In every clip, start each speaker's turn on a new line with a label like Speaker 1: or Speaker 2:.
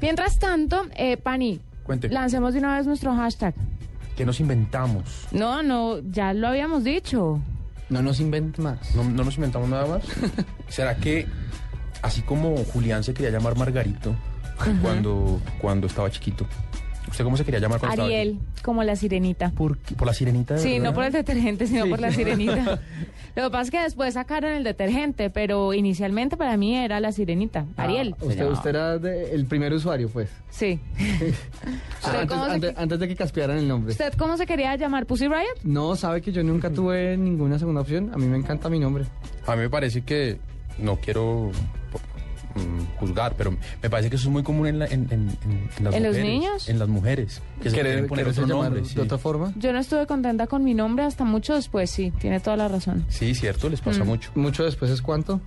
Speaker 1: Mientras tanto, eh, Pani,
Speaker 2: Cuente.
Speaker 1: lancemos de una vez nuestro hashtag.
Speaker 2: ¿Qué nos inventamos?
Speaker 1: No, no, ya lo habíamos dicho.
Speaker 3: No nos inventes más.
Speaker 2: ¿No, no nos inventamos nada más? ¿Será que, así como Julián se quería llamar Margarito cuando, cuando estaba chiquito, ¿usted cómo se quería llamar cuando
Speaker 1: Ariel, como la sirenita.
Speaker 2: estaba ¿Por, qué? ¿Por la sirenita de
Speaker 1: Sí,
Speaker 2: verdad?
Speaker 1: no
Speaker 3: Ah.
Speaker 1: por el detergente, sino
Speaker 2: Sí.
Speaker 1: por la sirenita. Lo que pasa es que después sacaron el detergente, pero inicialmente para mí era la sirenita, Ariel.
Speaker 3: Ah, usted, usted era de- el primer usuario, pues.
Speaker 1: Sí.
Speaker 3: O sea,
Speaker 1: ¿Usted
Speaker 3: antes,
Speaker 1: cómo, se,
Speaker 3: Ah, antes- antes de que caspearan el nombre.
Speaker 1: usted cómo se quería llamar? ¿Pussy Riot?
Speaker 3: No, sabe que yo nunca tuve ninguna segunda opción. A mí me encanta mi nombre.
Speaker 2: A mí me parece que, no quiero po- mm, juzgar, pero me parece que eso es muy común en, la- en- en- en las
Speaker 1: ¿En los
Speaker 2: mujeres,
Speaker 1: niños?
Speaker 2: En las mujeres. Que se quieren poner
Speaker 3: ¿Quererse
Speaker 2: otro
Speaker 3: llamar
Speaker 2: nombre.
Speaker 3: de
Speaker 2: Sí.
Speaker 3: otra forma.
Speaker 1: Yo no estuve contenta con mi nombre hasta mucho después, sí, tiene toda la razón.
Speaker 2: Sí, cierto, les
Speaker 1: Mm.
Speaker 2: pasa mucho.
Speaker 3: Mucho después es cuánto.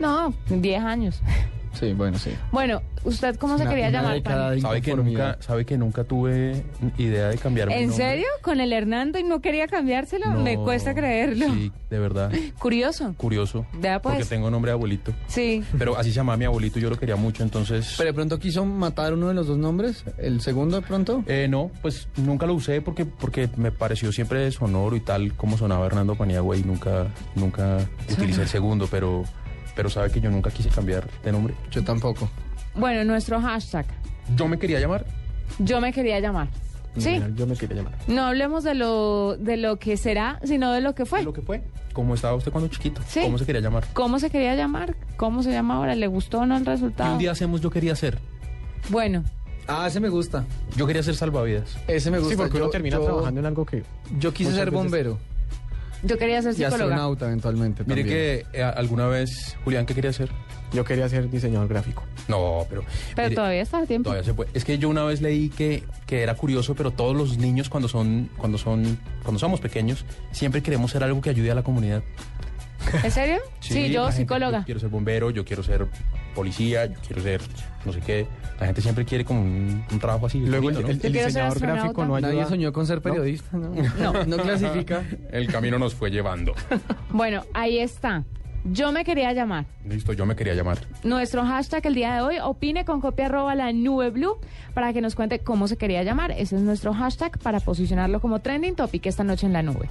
Speaker 1: No, 10 años.
Speaker 3: Sí, bueno, sí.
Speaker 1: Bueno, ¿usted cómo se
Speaker 3: Una-
Speaker 1: quería
Speaker 3: una
Speaker 1: llamar?
Speaker 3: década
Speaker 1: Pani?
Speaker 3: de
Speaker 2: ¿Sabe que,
Speaker 3: inconformidad.
Speaker 2: nunca, ¿Sabe que nunca tuve idea de cambiarme el
Speaker 1: ¿En
Speaker 2: nombre?
Speaker 1: serio? ¿Con el Hernando y no quería cambiárselo?
Speaker 2: No,
Speaker 1: Me cuesta creerlo.
Speaker 2: Sí, de verdad.
Speaker 1: Curioso.
Speaker 2: Curioso.
Speaker 1: Vea, pues.
Speaker 2: Porque tengo nombre de abuelito.
Speaker 1: Sí.
Speaker 2: Pero así se llamaba mi abuelito, yo lo quería mucho, entonces...
Speaker 3: Pero de pronto quiso matar uno de los dos nombres. El segundo, de pronto.
Speaker 2: Eh, no, pues nunca lo usé porque, porque me pareció siempre deshonor y tal como sonaba Hernando Paniagua y nunca, nunca utilicé el segundo, pero, pero sabe que yo nunca quise cambiar de nombre.
Speaker 3: Yo tampoco.
Speaker 1: Bueno, nuestro hashtag.
Speaker 2: Yo me quería llamar.
Speaker 1: Yo me quería llamar. Sí.
Speaker 2: Yo me quería llamar.
Speaker 1: No hablemos de lo, de lo que será, sino de lo que fue.
Speaker 2: Lo que fue. ¿Cómo estaba usted cuando chiquito?
Speaker 1: Sí.
Speaker 2: ¿Cómo se quería llamar?
Speaker 1: ¿Cómo se quería llamar? ¿Cómo se llama ahora? ¿Le gustó o no el
Speaker 2: Y
Speaker 1: resultado?
Speaker 2: un día hacemos yo quería ser.
Speaker 1: Bueno,
Speaker 3: Ah, ese me gusta.
Speaker 2: Yo quería ser salvavidas.
Speaker 3: Ese me gusta.
Speaker 4: Sí, porque uno
Speaker 3: Yo-
Speaker 4: termina
Speaker 3: yo-
Speaker 4: trabajando en algo que...
Speaker 3: Yo quise
Speaker 4: muchas
Speaker 3: ser
Speaker 4: veces-
Speaker 3: bombero
Speaker 1: yo quería ser
Speaker 3: y
Speaker 1: psicóloga.
Speaker 3: astronauta eventualmente.
Speaker 2: Mire
Speaker 3: también.
Speaker 2: que eh, alguna vez, Julián, ¿qué quería ser?
Speaker 4: Yo quería ser diseñador gráfico.
Speaker 2: No, pero...
Speaker 1: Pero
Speaker 2: mire,
Speaker 1: todavía está a tiempo.
Speaker 2: Todavía se puede. Es que yo una vez leí que, que era curioso, pero todos los niños cuando son, cuando son, cuando somos pequeños, siempre queremos ser algo que ayude a la comunidad.
Speaker 1: ¿En serio? Sí, yo
Speaker 2: la gente,
Speaker 1: psicóloga.
Speaker 2: Yo quiero ser bombero, yo quiero ser policía, yo quiero ser no sé qué. La gente siempre quiere como un, un trabajo así.
Speaker 4: Luego el,
Speaker 2: bonito, ¿no?
Speaker 4: el- el
Speaker 1: quiero ser
Speaker 4: diseñador gráfico no
Speaker 1: astronauta.
Speaker 4: ayuda.
Speaker 3: Nadie soñó con ser periodista, ¿no? No, no, clasifica.
Speaker 2: El camino nos fue llevando.
Speaker 1: Bueno, ahí está. Yo me quería llamar.
Speaker 2: Listo, yo me quería llamar.
Speaker 1: Nuestro hashtag el día de hoy, opine con copia arroba la nube blue para que nos cuente cómo se quería llamar. Ese es nuestro hashtag para posicionarlo como trending topic esta noche en la nube.